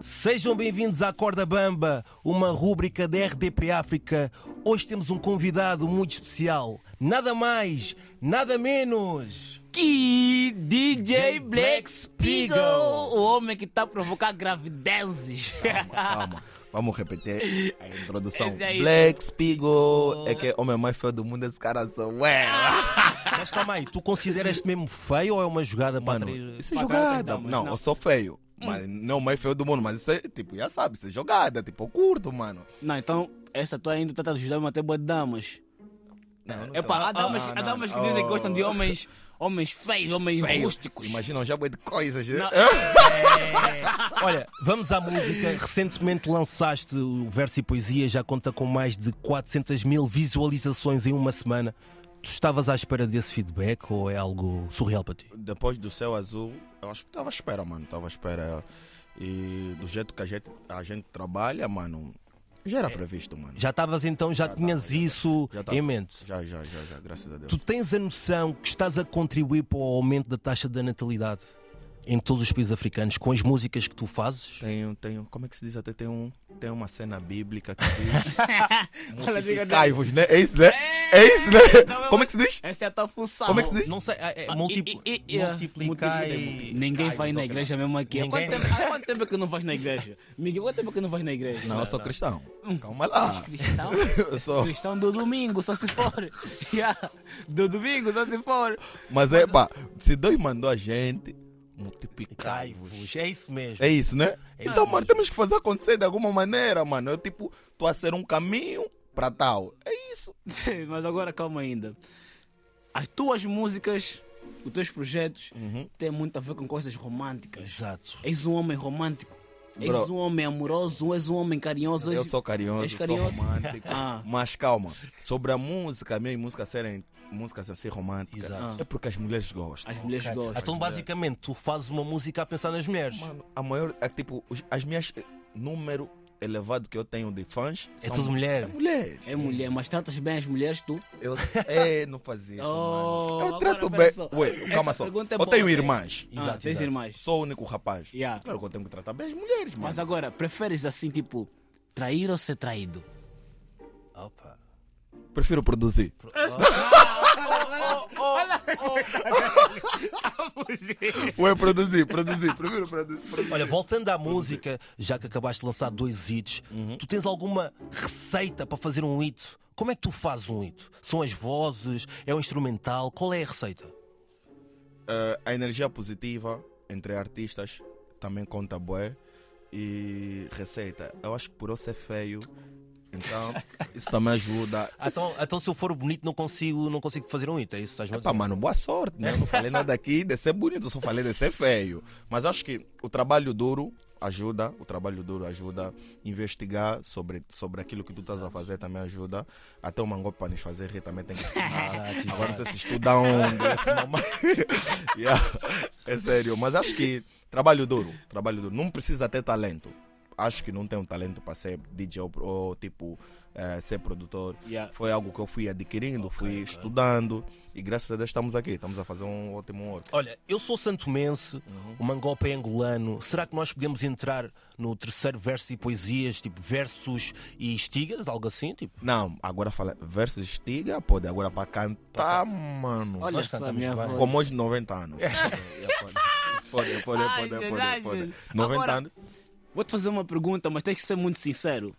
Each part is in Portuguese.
Sejam bem-vindos à Corda Bamba, uma rúbrica da RDP África. Hoje temos um convidado muito especial. Nada mais, nada menos. Que Black DJ Black Spiegel, Spiegel. o homem que está a provocar gravidezes. Calma, vamos repetir É, a introdução. Esse aí. Black Spiegel é que é o homem mais feio do mundo, esse cara são ué. Ah, Ah, Mas calma aí, tu consideras-te mesmo feio ou é uma jogada para Mano, atrair- isso é Patrão, jogada. então, mas Não, não. Hum. eu sou feio. Mas não o mais feio do mundo, mas isso é, tipo, já sabe, isso é jogada, tipo, eu curto, mano. Não, então essa tua ainda está a ajudar até boas damas. Não, não É tô- para lá, há damas, Ah, há não, damas que não. dizem que gostam de Oh, homens, homens feios, homens feio. rústicos. Imagina um jogo de coisas. Não. Olha, vamos à música. Recentemente lançaste o Verso e Poesia, já conta com mais de 400 mil visualizações em uma semana. Tu estavas à espera desse feedback ou é algo surreal para ti? Depois do céu azul, eu acho que tava à espera, mano. Tava à espera. E do jeito que a gente, a gente trabalha, mano, É. já era previsto, mano. Já estavas então, já, tinhas isso já em tava. mente? Já, já, já, já, graças a Deus. Tu tens a noção que estás a contribuir para o aumento da taxa da natalidade em todos os países africanos com as músicas que tu fazes? Tenho, tenho, como é que se diz até? Tem, um, tem uma cena bíblica que diz. Multiplicai-vos, né? É isso, né? É isso, né? Como é que se diz? Essa é a tua função. Como é que se diz? Não sei, é, é, Ah, multipli- e- e- e- é. multiplicar Multipli- e... Ninguém Ai, vai mas na ok. igreja mesmo aqui. Há Ninguém- quanto tempo- há quanto tempo é que não vais na igreja? Miguel, quanto tempo é que não vais na igreja? Não, eu sou cristão. Calma lá. Cristão? Eu sou. Cristão do domingo, só se for. Yeah. Do domingo, só se for. Mas é, pá, se Deus mandou a gente, multiplicai-vos. É isso mesmo. É isso, né? É Então, isso mano, temos que fazer acontecer de alguma maneira, mano. Eu, tipo, tô a ser um caminho pra tal. É isso. Mas agora calma ainda. As tuas músicas, os teus projetos Uhum. têm muito a ver com coisas românticas. Exato. És um homem romântico. És Bro. um homem amoroso, és um homem carinhoso. Eu és- sou carinhoso, És carinhoso? sou romântico. Ah. Mas calma, sobre a música, a minha música serem música ser romântica, Exato. é porque as mulheres gostam. é. As mulheres Ok. gostam. Então, basicamente, tu fazes uma música a pensar nas mulheres. Mano, a maior. É, que, tipo, os- as minhas. eh, Número elevado que eu tenho de fãs. É tudo mulher. É mulheres. É mulher, mas tratas bem as mulheres, tu? Eu é, não faz isso. Oh, mano. Eu agora trato pera bem. só. Ué, calma Essa só. pergunta é eu boa, tenho né? irmãs. ah, tens irmãs. Sou o único rapaz. Yeah. Claro que eu tenho que tratar bem as mulheres, mano. Mas agora, preferes assim, tipo, trair ou ser traído? Opa. Prefiro produzir. Ué, produzir, produzir. Prefiro produzir. produzir. Olha, voltando à música, já que acabaste de lançar dois hits, Uhum. tu tens alguma receita para fazer um hit? Como é que tu fazes um hit? São as vozes? É o instrumental? Qual é a receita? Eh, a energia positiva entre artistas também conta bué. E receita. Eu acho que por eu ser feio, então isso também ajuda. Então, então se eu for bonito, não consigo, não consigo fazer um hit, é isso? que Estás Epá, mano, boa sorte, né? Eu não falei nada aqui de ser bonito, só falei de ser feio. Mas acho que o trabalho duro ajuda, o trabalho duro ajuda. Investigar sobre, sobre aquilo que tu estás a fazer também ajuda. Até o Mangope para nos fazer rir também tem que estudar. Agora não sei se estuda onde, esse mamãe. Yeah, É sério, mas acho que trabalho duro, trabalho duro. Não precisa ter talento. Acho que não tenho talento para ser DJ ou, ou, tipo eh, ser produtor. Yeah. Foi algo que eu fui adquirindo, fui estudando e graças a Deus estamos aqui, estamos a fazer um ótimo work. Olha, eu sou santomense, o Mangope é angolano. Será que nós podemos entrar no terceiro verso e poesias, tipo versos e estigas, algo assim? Tipo? Não, agora fala versus estiga, pode agora para cantar, mano. Olha Nós só, cantamos minha bem. voz. Como hoje 90 anos. Pode, pode, pode, É. Ai, pode, pode, verdade. pode. 90 Agora- anos. Vou-te fazer uma pergunta, mas tens que ser muito sincero.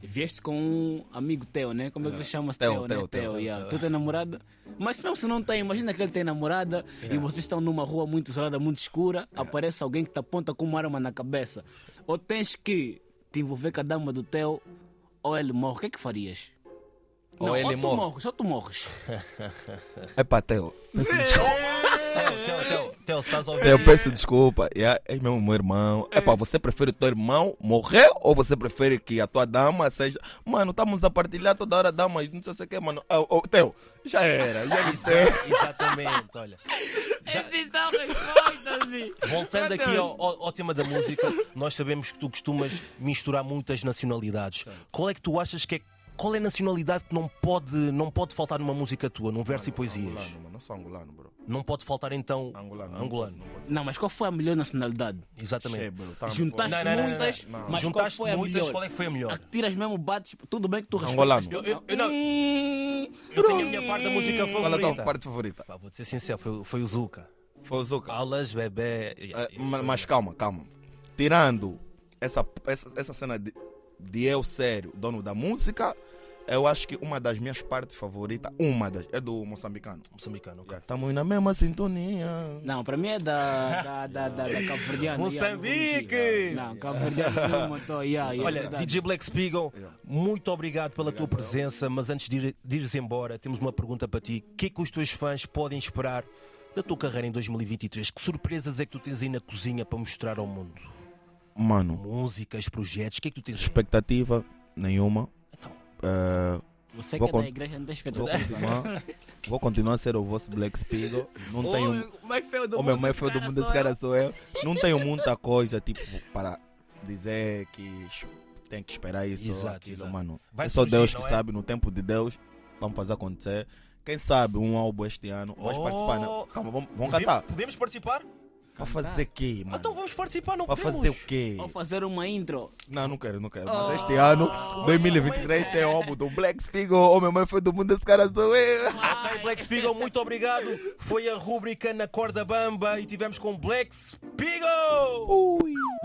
Vieste com um amigo teu, né? Como é que ele chama-se? Teu, né? teu, teu, teu, yeah. teu. Tu tem namorada? Mas não, se não tem, imagina que ele tem namorada e vocês estão numa rua muito isolada, muito escura, aparece alguém que te aponta com uma arma na cabeça. Ou tens que te envolver com a dama do teu, ou ele morre. O que é que farias? Ou não, ele ou tu morre. morres, ou tu morres. É para Teo. Teo, Teo, Teo, Teo, estás a ouvir? Eu peço desculpa, yeah, é mesmo meu irmão. É pá, você prefere o teu irmão morrer ou você prefere que a tua dama seja. Mano, estamos a partilhar toda hora damas, não sei se o que, mano. Ah, oh, teu, já era, já me sei. é, Exatamente, olha. Esses são respostas, Voltando aqui ao, ao- ao tema da música, nós sabemos que tu costumas misturar muitas nacionalidades. Qual é que tu achas que é Qual é a nacionalidade que não pode, não pode faltar numa música tua, num verso e poesias? Angolano, mano. Eu sou angolano, bro. Não pode faltar então Angolano. não angolano. pode- não pode- Não, mas qual foi a melhor nacionalidade? Exatamente. Che, bro, tá- Juntaste Ah, Não, não, não, não, muitas, não, não. mas Juntaste qual foi a muitas, melhor? Ah. qual é que foi a Então. melhor? A que tiras mesmo, bates, tudo bem que tu respeitas. Angolano. Eu, eu- eu não- eu tenho a minha parte da música Qual é a tua favorita. parte favorita? Pá, vou ser sincero, foi, foi o Zuka. Foi o Zuka. Alas, bebê. É, ma- mas calma, calma. Tirando essa, essa, essa cena de, de eu sério, dono da música, eu acho que uma das minhas partes favoritas, uma das, é do moçambicano. Moçambicano. ok. Estamos na mesma sintonia. Não, para mim é da, da, da, da, da Cabo Verdeana. Moçambique! yeah, Não, é Cabo Verdeana não matou. Yeah, yeah, Olha, verdade. DJ Black Spiegel, muito obrigado pela tua presença, mas antes de, ir, de ires embora, temos uma pergunta para ti. O que é que os teus fãs podem esperar da tua carreira em 2023? Que surpresas é que tu tens aí na cozinha para mostrar ao mundo? Mano, Músicas, projetos, o que é que tu tens? aí? expectativa nenhuma. Então, Eh, Você que Vou é con- da igreja, não tem vou, expectativa. continuar, vou continuar a ser o vosso Black Spiegel. Não tenho. O mais feio do O meu mundo. mãe esse foi do mundo, sou esse cara sou eu. Não tenho muita coisa, tipo, para dizer que es- tem que esperar isso ou Exato, aquilo, exato. mano. Vai é só Deus surgir, que não é? sabe, no tempo de Deus, vamos fazer acontecer. Quem sabe um álbum este ano, vais Oh! participar, não? Calma, vamos, vamos podemos, cantar. podemos participar? Para fazer quê, mano? Então vamos participar, não Para podemos. fazer o quê? eu. Vou fazer uma intro. Não, não quero, não quero. Mas este ano, 2023, tem o álbum do Black Spiegel. O meu mãe foi do mundo, esse cara sou eu. Ok, Black Spiegel, muito obrigado. Foi a rúbrica na corda bamba e tivemos com Black Spiegel. Ui.